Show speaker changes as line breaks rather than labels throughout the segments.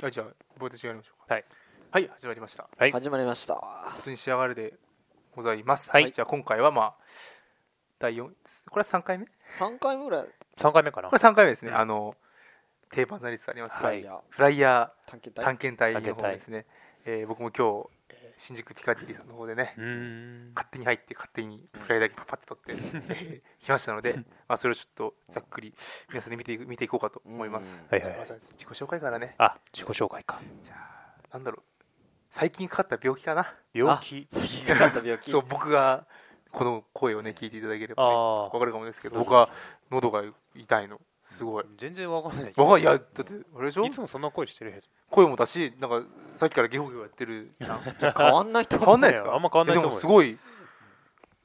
はい、じゃあ、ボイト中やりましょうか。
はい。
はい、始まりました。
はい
始まりました
本当に仕上がるでございます。
はい
じゃあ、今回は、まあ、第4、これは3回目こ
3回目ぐらい
3回目かな
れ3回目ですね。
うん
あの、定番になりつつあります。
はい
いや
フライヤ
探検
ー
隊
探検隊の
探検
方
隊
ですね。えー僕も今日、えー新宿ピカディリーさんの方でね、
うーん
勝手に入って、勝手にフライだけパッパッと 取って、えー来ましたので、まあ、それをちょっとざっくり、皆さんで見ていく見ていこうかと思います
うん。
はいはいはい
じゃあまず自己紹介からね。
あ自己紹介か
じゃあ、なんだろう。最近かかった病気かな。
病気
引っかかった病気
そう僕がこの声をね聞いていただければ、ね、
あ
分かるかもですけど
どうぞ
僕は喉が痛いのすごい
あ全然わかんない
若いいやだってあれでしょ
いつもそんな声してるやつ
声もだしなんかさっきからゲホゲホやってるじゃん
変わんないと
変わんないです
い
か
やあんま変わんないと思う
でもすごい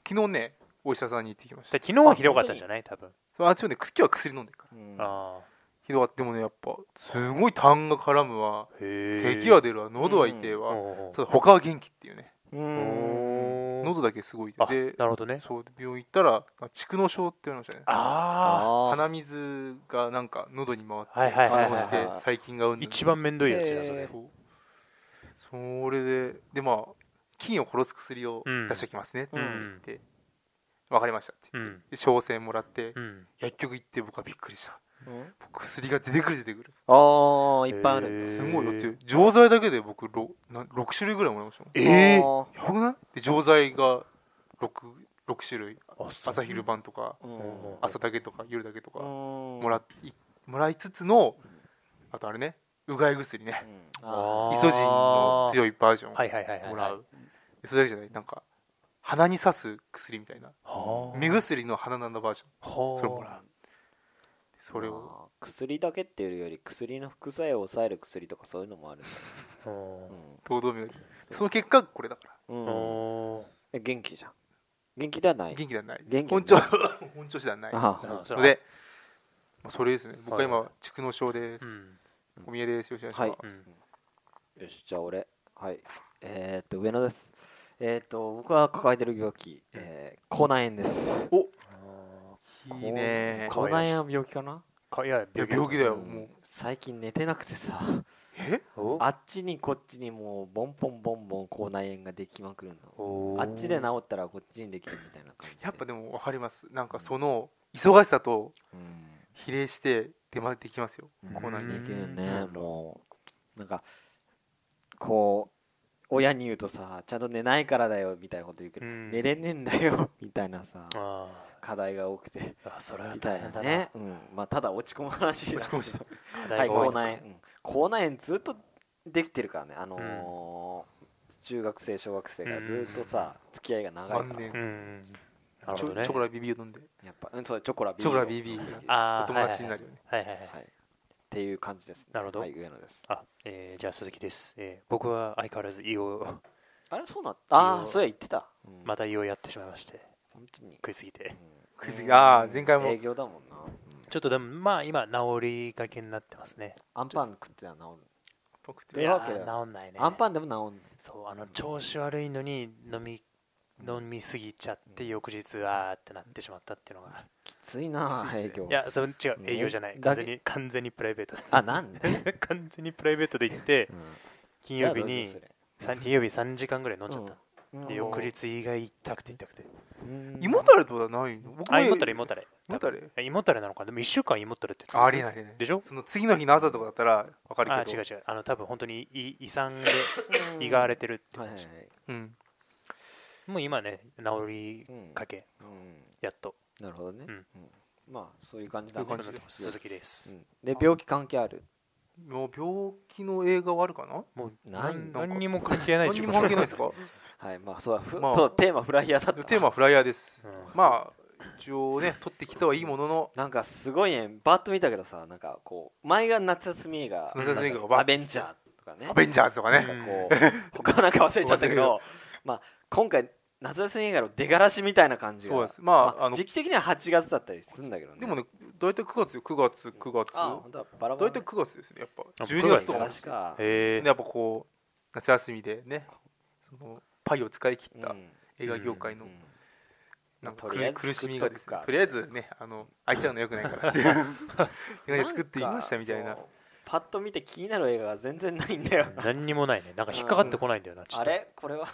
昨日ねお医者さんに行ってきまし
で
た
昨日はひどかったんじゃない多分
あっちもねく今日は薬飲んでるから
うん
ああ
ひどかったでもねやっぱすごい痰が絡むわ
へえ
咳は出るわ喉は痛えわ、
お
ただ他は元気っていうね
う
お
ん
喉だけすごい
あ
痛いで
なるほどね
そう病院行ったらあ蓄膿症っていうのじゃない
あ
あー
鼻水がなんか喉に回って
はいはいはいはい
鼻をして細菌がうん
あ
ぬん
一番めんどいやつだそ
へ
れ
ー
そうそれででまあ菌を殺す薬を
うん
出しておきますねって
う
言
ん
って「分かりました」って
う
言って
ん
で小箋もらって
うん
薬局行って僕はびっくりした
うん
僕薬が出てくる出てくる
あーいっぱいある
へー
すごいだって錠剤だけで僕 6, 6種類ぐらいもらいましたもん
えー
あ
やばくないで錠剤が 6, 六種類
あそう
朝昼晩とか
ーうん
うん
朝だけとか夜だけとか
うん
もらいもらいつつのあとあれねうがい薬ね
うん
あ
あ
ー
イソジンの強いバージョン
はいはいはいはい
もらうそれだけじゃないなんか鼻に刺す薬みたいな
はあ
目薬の鼻なんだバージョン
はあ
それもらうそれを
あー薬だけっていうより薬の副作用を抑える薬とかそういうのもあるんだ
う
堂々巡りその結果これだか
うん
ん
うんえ元気じゃん元気ではな
ら
い
元気ではない
元気
本調 本調子ではない
あ
あそ
の
れは
でまあそれですね僕は
は
今蓄膿症で
う
す
ん
お見合いですよろしくお願
はい、
いしま
う
す
うんよしじゃあ俺はいえー、っと上野ですえー、っと僕は抱えてる病気、えー、口内炎です
いいね
こ
口
う
内炎は病気かな
かいや
いや病気だよ
うん
もう
最近寝てなくてさ
え
お
あっちにこっちにもうボンポンボンボン口内炎ができまくるの
お
あっちで治ったらこっちにできるみたいな感じで
やっぱでも分かりますなんかその忙しさと
うん
比例して出回ってきますよ
うん
口内
う
炎
ん
できるよね
うん
もうなんかこう親に言うとさちゃんと寝ないからだよみたいなこと言うけど、
うん
寝れねえんだよ みたいなさ
あ
課題が多くて
ーあそれは
みた
大
い
変
な
だ
ね
ね、
うんまあ、ただ落ち込む話
落ち込むし
課
は
題
い
が
口
多い
内炎、うん口内炎ずっとできてるからねあのー中学生小学生からずっとさ、付き合いが長いか
万
ら
年
うんなる
チ
ほど
ョ
ね
チョコラ BB を飲んで
やっぱ、うん、そうだチョコラ BB
チョコラ BB
あー
お友達になるよね
はいはいはい
はいっていう感じです、ね、
なるほど
はい上野です
あえーじゃあ鈴木ですえー僕は相変わらず胃を
あれそうなんあ
いい
あ
よ
そうや言ってた、うん
また胃をやってしまいまして
本当に
食いすぎて
食いすぎあー
うん
前回も
営業だもんな、うん
ちょっとでもまあ今治りかけになってますね
アンパン食ってたら治
僕って
る
い
い
や
やー
ー治んないね
るアンパンでも治んない
そうあの調子悪いのに飲み飲みすぎちゃって翌日あーってなってしまったっていうのが
きついな
きついっす
営
ね
業
いやそれ違う
ね
営業じゃない
だ
完
け
全に完全にプライベートで
あなんで、うん、
完全にプライベートで行って金曜日にさん金曜日3時間ぐらい飲んじゃった、
うん
で翌日胃が痛くて痛くて
うん
胃もたれとはないの僕
あ胃もたれ胃も
た
たれ
胃もたれ
胃もたれなのかなでも1週間胃もたれって
あありえないいね
でしょ
その次の日の朝とかだったら分か
あ
るけ
違う
ど
違うあの多分本当に胃胃酸で胃が荒れてるって
はいはい
感
は
じ、
い
うん
もう今ね治り
うん
かけ
うん
やっと
なるほどね、
うん
うんまあそういう感じだね
そういう感じで
う
鈴木です、
んで病気関係ある
もう病気の映画はあるかな
もう
ない
何何にも関係ない
何
自
に
己
も関
紹介
係ないです か
はいまあそうだふ、
まあ
そうだテーマフライヤーだった
テーマはフライヤーです
うん
まあ一応ね撮ってきたはいいものの
なんかすごいねバッと見たけどさなんかこう前が夏休み映画
夏休み映画がバッ
アベンジャーとかね
アベンジャーズとかね
なんかこう他はなんか忘れちゃったけど、まあ、今回夏休み映画の出がらしみたいな感じが
そうですまああの
時期的には8月だったりするんだけどね
でもね大体9月よ9月9月
あ本当はバラバ
大
ラ
体9月ですねやっぱ
あ
12月とか
出が
も
らしか、
へ
でやっぱこう夏休みでねそのパイを使い切
う
っ
ん
た映画業界
う
の
ん
なんか
と
苦
りあえず
苦しみがですね
作っとくか
とりあえずねあの開いちゃうのよくないからっていや作っていましたみたいな
そうパッと見て気になる映画が全然ないんだよ
何にもないねなんか引っかかってこないんだよな、ちょっ
あ
と
れこれは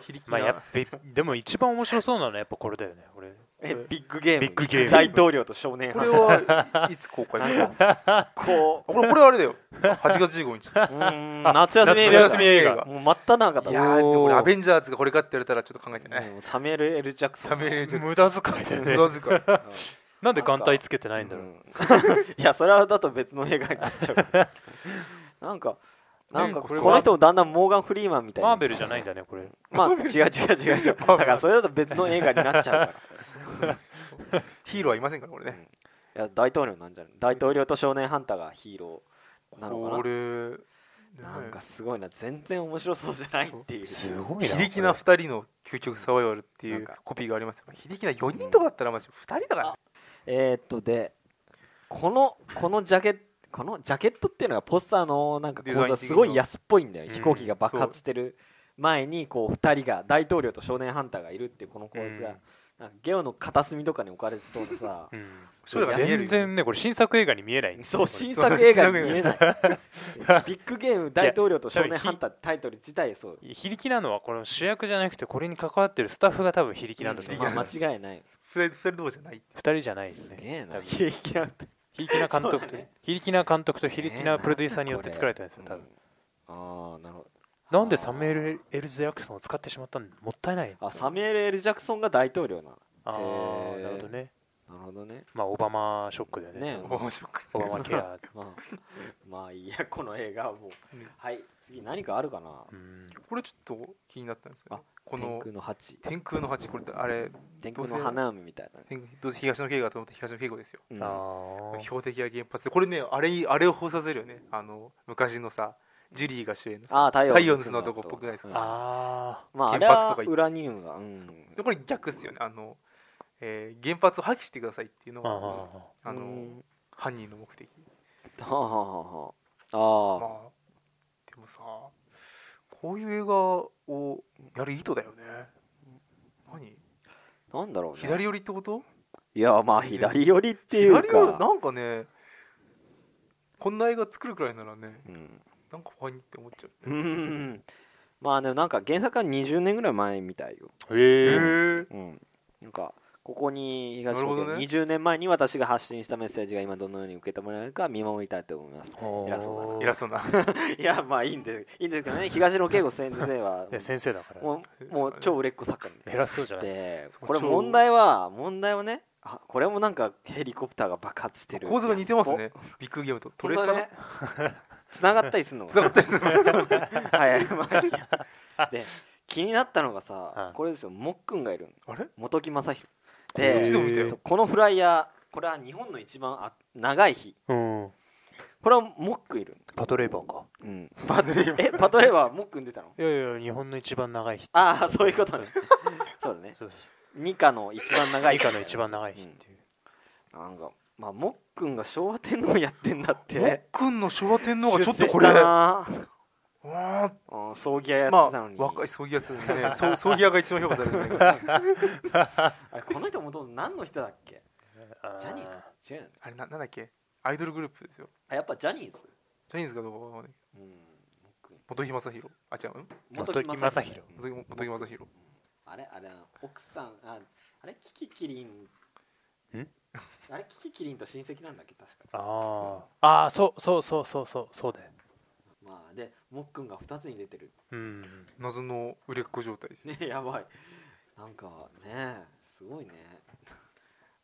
非力
ま
な
あやっぱでも一番面白そうなのはやっぱこれだよね俺
えビッグゲーム
ビッグゲーム
大統領と少年
こ
派
れはいいつ公開
な
あ
んかこ
これこれはあれだよ8月15日
ううーん夏休み映画
夏休み映画
もう真っ只中だ
いやーでも
お
俺
ー
アベンジャーズがこれかって言われたらちょっと考えてない
もうサミュエル・ L ・ジャクソン
サムエル L ジャク
無駄遣いだよね
無駄遣い
なんで眼帯つけてないんだろう、
うん いやそれはだと別の映画になっちゃうからなんかなんか
ね
こ
これ
の人もだんだんモーガン・フリーマンみたいな
マーベルじゃないんだねこれ
まあ違う違う違う違う だからそれだと別の映画になっちゃうから
ヒーローはいませんから俺ね
いや大統領なんじゃない大統領と少年ハンターがヒーローなのか
これ
ななんかすごいな全然面白そうじゃないっていう
すごい
非
な
力な2人の究極サバイバルってい
なん
う
か
コピーがありますよ非力な4人とかだったらまじ2人だから
えー、っとでこのこのジャケットこのジャケットっていうのがポスターのなんか
デザイ
構
ン
造
的
す
な
ごい安っぽいんだよ、
うん
飛行機が爆発してる前にこう2人が大統領と少年ハンターがいるっていうこの構図が、
うん
なんかゲオの片隅とかに置かれてそうでさ
うん
それが見える
全
よ
然ねこれ新作映画に見えない
そう新作映画に見えないビッグゲーム大統領と少年ハンターってタイトル自体そう
非力なのはこの主役じゃなくてこれに関わってるスタッフが多分非力なんだと思う、
う
ま
ん
あ間違いない
2人どうじゃない
2人じゃないよね
すげえ
多
な
分
非力な
非力な監督
そう
と、
だね
非力な監督と非力なプロデューサーによって作られたんですよ多分、
ああなるほど
なんでサメエル・エル・ジャクソンを使ってしまったのもったいない
あサミュエル・ L ・ジャクソンが大統領なの
あー
へー
なるほどね
なるほどね
まあオバマショックだよね
ね
面白く
オバマケア
まあ、 まあいいやこの映画はもう、
うん
はい次何かあるかな
うん
これちょっと気になったんですよね
あ
こ
天
の
空の蜂
天空の蜂これあれ
天空の花嫁みたいなね
天どうせ東野圭吾だと思って東野圭吾ですよ
うん、
あー
標的や原発でこれねあれあれを放させるよねあの昔のさジュリーが主演のさ
あー太陽
太陽の砂男っぽくないですか
うん
あ
まああれ
原発
は
とか言って
ウラニウムがうん
でこれ逆っすよねあの、えー原発を破棄してくださいっていうの
ー
が
あー
あ
う
の
ん
犯人の目的
はあはあはあ
まあ
ああ
でもさこういう映画をやる意図だよね何
なんだろうね
左寄りってこと
いやまあ左寄りっていうか
左寄りなんかねこんな映画作るくらいならね
うん
なんかファインって思っちゃう
うんうんうん まあでもなんか原作は20年ぐらい前みたいよ
え
へ
ー
え
うん、なんかここに東
なるほ
国
どね
20年前に私が発信したメッセージが今どのように受け止められるか見守りたいと思います
おー
偉そうだ
偉そうない
やまあ いいんでいいんですけ どね東野圭吾先生は
いや先生だから
もうもう 超売れっ子作家
偉そうじゃないです
で
そう
これ
超
問題は問題はねあこれもなんかヘリコプターが爆発してる
構図が似てますねビッグゲームとト
ト
レー
レ
ス
ー
か
ス
な
ね 繋がったりするのか
繋がったりする
なはいはいまあいい やで気になったのがさ、
うん
これですよもっくんがいるの
あれ
本木雅弘
へ
こ
ー
っち
で
でも見た
そう
よ
このフライヤーこれは日本の一番あ長い日
うん
これはモックいる
パトレイバーか
うんパトレーバーえパトレーバーモックに出たの
いやいや日本の一番長い日
ああそうい うことねそうだね
そうそう
二課の一番長い
以下の一番長い日っていう
なんかまあモックンが昭和天皇やってんだっ
もってくんの昭和天皇がちょっとこれ
出世した
う
な
わー
うん葬儀屋やって
ま
たの
あ
に、
若い葬儀屋さんね そう葬儀屋が一番評価されてるんだけど
あれこの人もともと何の人だっけジャニーズ違うよね
あれななんだっけアイドルグループですよ
あやっぱジャニーズ
ジャニーズかどうかわかんない
うんモックン
元木正弘あ違うん
元木雅弘
元木元木正弘
あれあれ奥さんああれキキキリン
ん
あれキキキリンと親戚なんだっけ確か
あーあーそうそうそうそうそうそうだよ
まあでもっくんが2つに出てる
うん
謎の売れっ子状態ですよ
ねやばいなんかねすごいね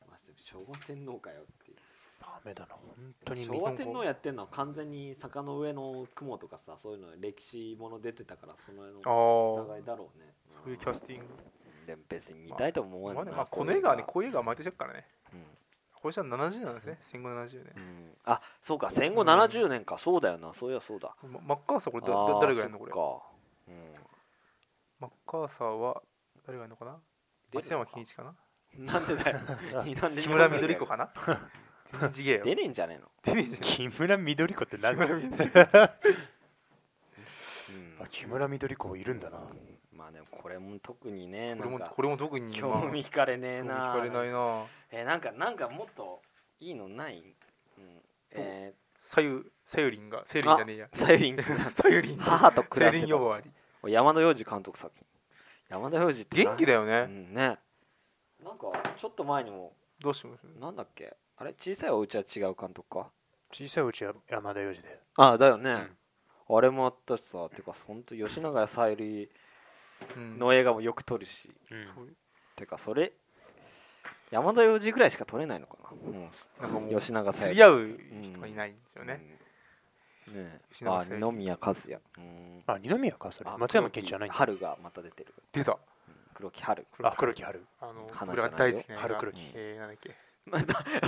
まあ昭和天皇かよっていう
ダメだな本当に
昭
見
和天皇やってるのは完全に坂の上の雲とかさそういうの歴史もの出てたからその辺
あ
の
あ
疑いだろうね
そういうキャスティング
でも別に見たいとも思
ま
わな
あ
い
ね
な、
まあこの映画はねこういう映画は毎年やっからね
うん
これじゃ70なんですね戦後70年
うんあそうか戦後70年か、そうだよなそういやそうだ
まマッカーサーこれだ
あー
だ誰がやるのこれ
そっか、うん
マッカーサーは誰がやるのかな松山ケンイチかな
なん でだよなんで
木村緑子かな全然違えよ
出ねえんじゃねえ
出
の、
ねえじゃん
木村緑子って何だあ 木村緑子いるんだな
まあでもこれも特にね
こ
な
れも
んか
これも特にまあ
興味惹かれねえ
興味
な
惹かれないな
えーなんかなんかもっといいのない、うんえ
さゆさゆりんがセリンじゃねえや
さゆりん
さゆりん
母と暮
セ
ら
リ
せ
ン呼ばわり
ば山田洋次監督作品山田洋次って
元気だよね、
ね,、うん、ねなんかちょっと前にも
どうします
なんだっけあれ小さいお家は違う監督か
小さいうちは山田洋次で
あだよね、あれもあったしさてか本当吉永小百合
うん
の映画もよく撮るし、
うん
てかそれ山田洋次ぐらいしか撮れないのかな、
なんか
うん
もう
吉永小
釣
百
り
合
合う人がいないんですよね、
うんねえ
吉永小百合
あ二宮和也うん
あ二宮かそれ
あ
松山ケンじゃないんだ
黒木春がまた出てる
出た
黒木春
あ黒木春
あの
花
僕
じゃ
ら
ない
が大
よ
好きな
春黒
木
えーなんだっけ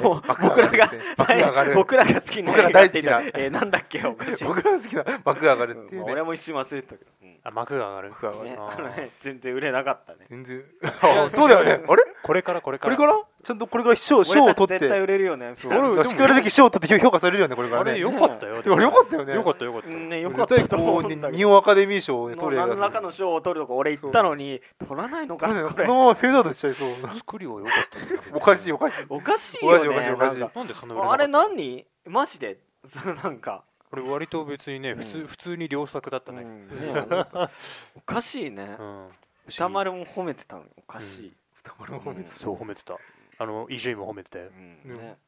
もう
爆上
僕ら
がる
が
って爆上がる
僕らが好きな
僕ら大好きな
映画っていうのはえーなんだっけおかしい
僕らの好きな幕上がるっていううんね
俺も一瞬忘れてたけど、うん
あ幕が上がる
幕が上
ね、
が
あ
あ
ー
のね全然売れなかったね
全然あそうだよねあれ
これからこれか
これ
ら
からちゃんとこれから賞賞
俺
を
たち
取っ
絶対
て
売れるよねそう
俺
俺しくるべき賞を取って評価されるよねこれか
あ
らね
れよかったよ
でもあれよかったよね
よかったよかった
うん
い
ねよかっ
絶対
たと
こ
思ったけ
う
ど
日本アカデミー賞をね
もう
取れ
何らかの賞を取るとか俺言ったのに取らないのか
これね
な
こ
これ
のままフェードアウトしちゃいそう
作りはよかったんだけど
おかしいおかしい
おかしいよね
おかしいおかしい
なん
お
か
なんでそんな
あれ
なん
何マジで そのなんか、
これ割と別にね普
う
通
ん
普通に良作だったね
うんねおかしいね
うん
歌丸も褒めてたのにおかしい、
二丸を褒めてた
そう褒めてたあの伊集院も褒めてたよ
うん
ね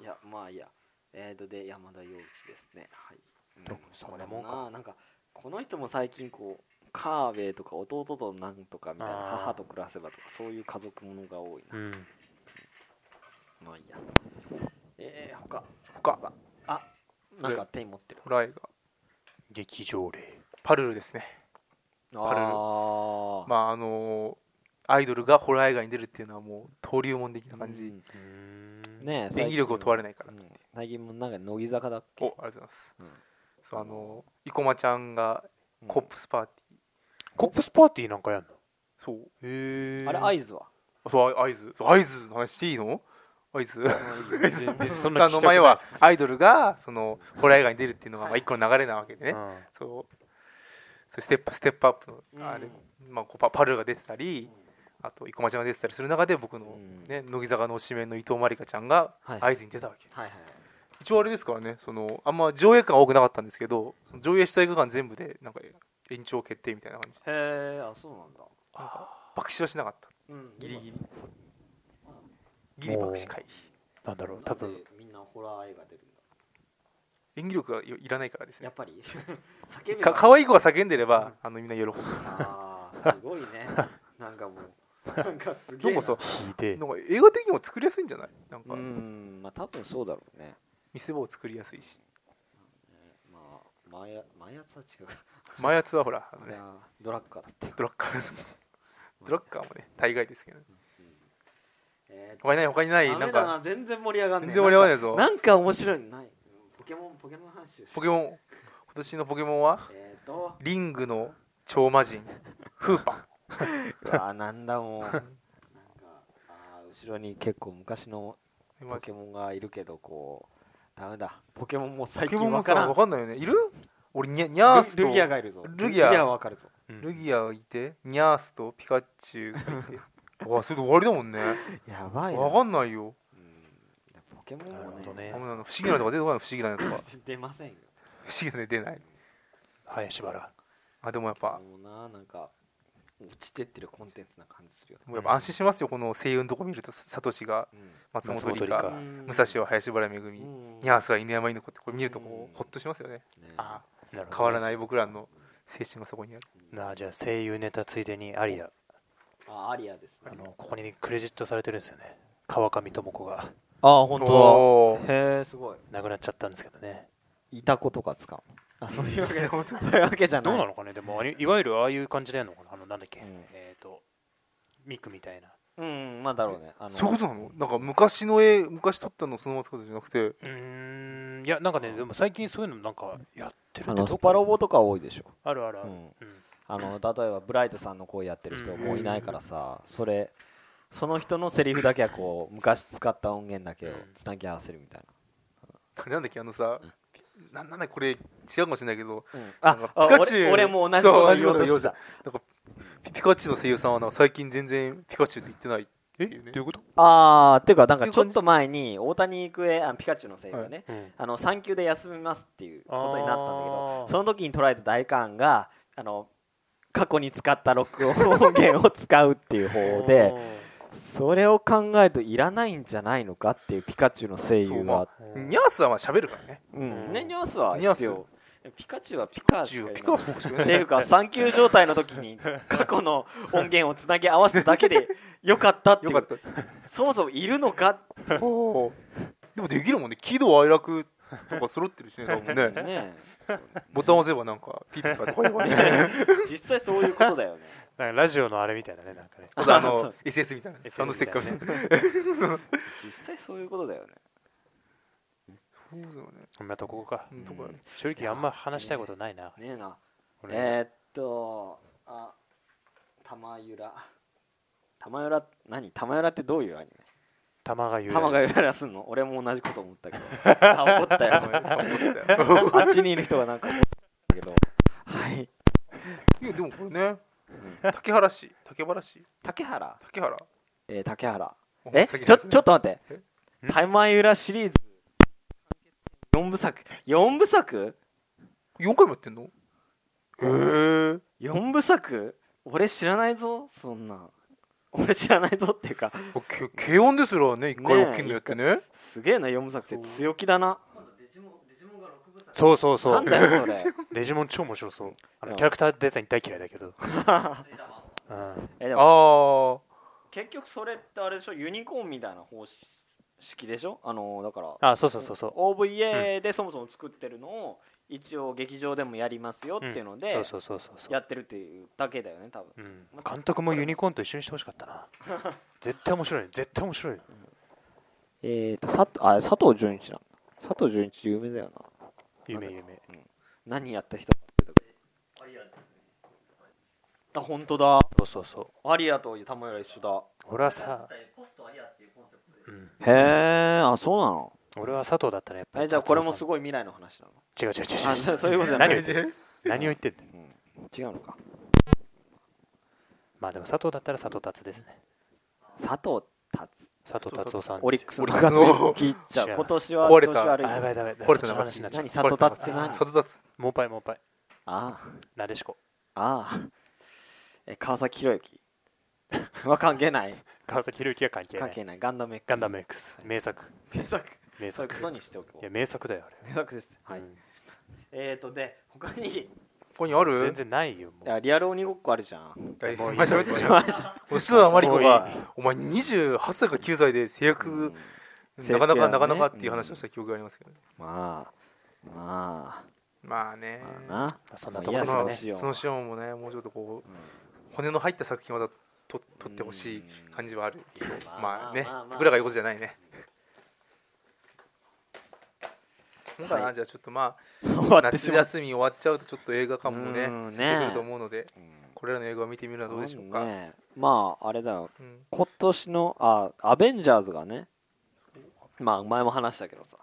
いやまあいいやえーとで山田洋次ですねはい、うん
どうもそんなもんか
これななんかこの人も最近こうカーベイとか弟となんとかみたい
あ
な
ー
母と暮らせばとかそういう家族ものが多いな、
うん
まあいいやえー、他
他
あなんか手に持ってる
ホラー映画
劇場令
パルルですねパルル
あ
まああのーアイドルがホラー映画に出るっていうのはもう登竜門的な
あ
感じ
うーん
ねえ
演技力を問わ
れ
れないから
最近もなんか乃木坂だっ
おあり
け
がとうございます
うん
そうあのー生駒ちゃんがコップスパーテ
コップスパーティーなんかやんの
ィーそう
へえ
あれ合図は
そうあ合図そう合図の話していいの合図
別に別にそん な
あ
聞きた
の
くな
前
い
はアイドルがそのホラー映画に出るっていうのがまあ
はい
一個の流れなわけでね、
うん
そうそうステップステップアップのあれ、まあ、こうパパルーが出てたりあと生駒ちゃんが出てたりする中で僕の、ね乃木坂の推しメンの伊藤まりかちゃんが
は
合
い
図に出たわけ、
はいはい
一応あれですからねそのあんま上映感多くなかったんですけどその上映した映画館全部でなんか延長決定みたいな感じ
へえあそうなんだ
なんか爆死はしなかった
うん
ギリギリギリ爆死回
なんだろう多分
みんなホラー映画出るんだ
演技力がいらないからですね
やっぱり 叫び
か可愛い子が叫んでれば、あのみんな喜ぶ
あーすごい ねなんかもうなんかすげ
で
えな
もそう
聞いて
なんか映画的にも作りやすいんじゃないなんか
うんまあ多分そうだろうね
見せ場を作りやすいし
ねまあ前や前やつは違うか
前やつはほらあの
い
ね
やドラッカーだって
ドラッカードラッカーもね大概ですけどね
えー
他にない他にない
ダ
な
メ
ん
だ
か
な全然盛り上がんね
全
え
然盛り上がらないぞ
なんか面白いのないポケモンポケモン話をして
ポケモン今年のポケモンは
えーと
リングの超魔人フーパ
うわなんだもう なんかあー後ろに結構昔の
ン
ポ
ポ
ケ
ケ
モンがいるけどこうダメだポケモンも最近
モン
わ
も
か
さ
らん
わかんないよねいる俺ニャニャースと
ルルギアがいるぞ
ルギア
ルギアはわかるぞ
うん
ルギアがいてニャースとピカチュウが いてあそれで終わりだもんね
やばいな
わかんないよ
うんポケモン
なるほど
はね
あ
ね
んなの不思議なのとか出てこないの不思議なのと か
出ませんよ
不思議なの出ない
林原
あでもやっぱ
もうななんか落ちてってるコンテンツな感じするよね
もうやっぱ安心しますよこの声優のとこ見るとサトシが松本里
松本
香
里香
うん
武蔵は林原めぐみ
う
ニ
ん
ャースは犬山犬子ってこれ見るとこ
うん
うほっとしますよね
ね
あ
なるほど
変わらない僕らの青春がそこにある
なあじゃあ声優ネタついでにアリア
あアリアです
あ
ね
のここにクレジットされてるんですよね川上智子が
あ本
おー
へえすごい
亡くなっちゃったんですけどね
いたことか使うあそういう わけでそういうわけじゃない
どうなのかねでもあれいわゆるああいう感じでやんのかなあのなんだっけ、
うん
えっ、とミクみたいな
うんまあだろうねあの
そういうことなのなんか昔の絵昔撮ったのをそのまま使うことじゃなくて
うーんいやなんかねでも最近そういうのなんかやってるって
あ
ど
の
こ
スパロボとか多いでしょ
あるあるある、
う
うんん
あの例えばブライトさんの声やってる人もういないからさそれその人のセリフだけはこう昔使った音源だけをつなぎ合わせるみたい
あれなんだっけあのさ
うん
ななんだこれ違うかもしれないけどな
な、
ん
あ
か
あ
ピカチュウ
俺俺も同じこと言おうとしてた
ピピカチュウの声優さんはなんか最近全然ピカチュウって言ってないえどういうこと
あーっていうかなんか
いう
ちょ
感
っ
じ
と前に大谷育英あピカチュウの選手がね、
うん
あの産休で休みますっていうことにな
あ
ったんだけど
ー
その時に捉えた大官があの過去に使った録音源を使うっていう方 でそれを考えるといらないんじゃないのかっていうピカチュウの声優は
おー
ニャースはまあ喋るからね
うん
うん
ねニャースは
ニャース
必要ピカチュウはピカし
中
かいない
ピカは面白く
っ
な
てい
いう
か産休状態の時 に過去の音源をつなぎ合わせただけでよかったってい
よか
う
った
そもそもいるのか
おーでもできるもんね喜怒哀楽とか揃ってるしね多分ね
ね
ボタン押せばなんかピッピカとか言わね
実際そういうことだよね
なんかラジオのあれみたいだねなんかね
あとあ
そ
の
う
SS みたいな
SS
サウンドステッカーみたいな
実際そういうことだよね
そうだよね
こんなとこか
うんとかね
正直あんま話したいことないな
ねえな
俺
えー、っとあ玉浦玉浦何玉浦ってどういうアニ
玉が
メ
揺
玉
れ
が
る
ゆらゆらすんの俺も同じこと 思ったけどあ怒った
あ思
よ
ったよ
あっちにいる人 がなんか思ったけどはい、
いやでもこれね
うん
竹原市竹原市
竹原
竹原
えー竹原
お
え
先に
ちょちょっと待って
え
ん
「タイマイウラ」シリーズ4部作4部作
四回もやってんのへえ
4部作俺知らないぞそんなん俺知らないぞっていうか
軽音ですらね一回大きいのやってね
すげえな4部作って強気だな
そうそうそ
な
うん
だよそ れ
デジモン超面白そうあの
うん
キャラクターデザイン大嫌いだけ どうん
えで
あ
も
あ
結局それってあれでしょユニコーンみたいな方式でしょあのだから
あそうそうそうそう
OVA でそもそも作ってるのを一応劇場でもやりますよっていうの
そ
で
うそうそうそうそう
やってるっていうだけだよね多分
うん監督もユニコーンと一緒にしてほしかった な絶対面白い絶対面白い
えっと佐あ佐藤純一なんだ佐藤純一有名だよな
夢夢
何やった人あ本当だ
そうそうそ
アリアと玉より一緒
う俺はさうん
だへえあそうなの
俺は佐藤だったらやっぱ
え
り
じゃあこれもす
ご
ごい未来の話な の
違う違う違
あ
う違う
じゃあそういうことじゃない
何を言ってる何を言ってんだよ
違うのか
まあでも佐藤だったら佐藤達ですね
佐藤達
佐藤達夫さんですよ
オリックスの
オリックスの
切っちゃう
違います
今年は
壊れた
調子悪い
あやばいやばい
これ
そっちの話になっちゃう
何佐藤達って何あ
里達
モーパイモーパイ
あ
なでしこ
ああえ川崎宏 之は関係ない
川崎宏之は関係な
関
い
係ないガンダム X
ガンダム X 名作
名作
名
そういう
作
ことにしておこ
いうや名作だよあれ
名作ですはい
うん
えーとで他に
ここにある
全然ないよ
い
も
やリアル鬼ごっこあるじゃん
大丈夫
もう
お
いい
前喋ってしまう吉野真理子がお前28歳か9歳で制約なかなかなかなかっていう話をした記憶がありますけどね
まあま
まあね
あまあな
うそんな
も
と
う
そ
こ
いや
ですか
の
ね
そうしよう
そのシオンもねもうちょっとこう骨の入った作品をまたと撮ってほしい感じはあるけど
うん
まあね
まあまあまあ
僕らが言うことじゃないね今回
は
はいじゃあちょっとま
終
あ
わってし
夏
まう
休み終わっちゃうとちょっと映画館もね
うんね
進んでくると思うのでこれらの映画を見てみるのはどうでしょうか、
ねまああれだよ
うん
今年のあアベンジャーズがねまあ前も話したけどさ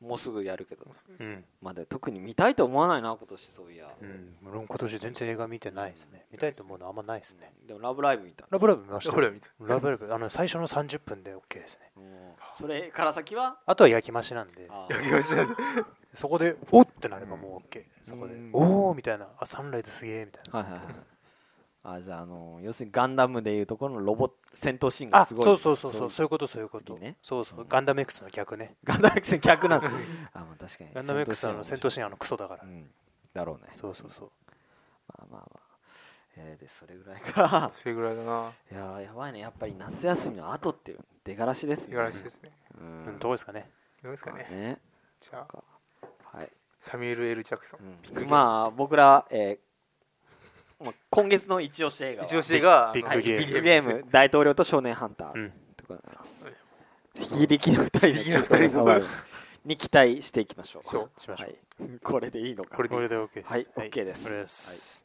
もうすぐやるけど
うん
まあで特に見たいと思わないな今年そういや
うん俺も今年全然映画見てないですね見たいと思うのあんまないですね
でも「ラブライブ!」見た
ラブライブ見ました
ほら見て
ラブライブあの最初の30分で OK ですね
うんそれから先は
あとは焼き増しなんで
あ
やりましたね
そこでおっってなればもう OK そこで
うん
おおみたいなあサンライズすげえみたいな
はいはいはいあじゃあ、あの要するにガンダムでいうところのロボット戦闘シーンが
あ
す
そ
ごい。
うそうそうそう
そ
そういうことそういうこと
いいね
そうそうガンダム X の逆ね
ガンダム X の逆なんだ。あ、まあ確かに。
ガンダム X のあの戦闘シーンあのクソだから
ーンは面白い。うん。だろうね。
そうそうそう
まあまあまあ。えーで、それぐらいか。
それぐらいだない
やー、やばいね。やっぱり夏休みの後っていう、出がらしですね。
手柄しですね
う
うん
ん。
どうですかね
どうですか
まあ
ね
ね。
じゃあ
はい。
サミュエル・ L ・ジャクソン
うんまあ、僕ら、えーまあ、今月の一押し映画は。
一押しが
ビッグ
あの
ビッ
ビ
グ
ッグゲーム、大統領と少年ハンター。
うん
とか非力の二人
非力の二人
はいに期待していきましょう。
そう
しましょう
はい、これでいいのか。
これで
これで OK です
はい OK です
これです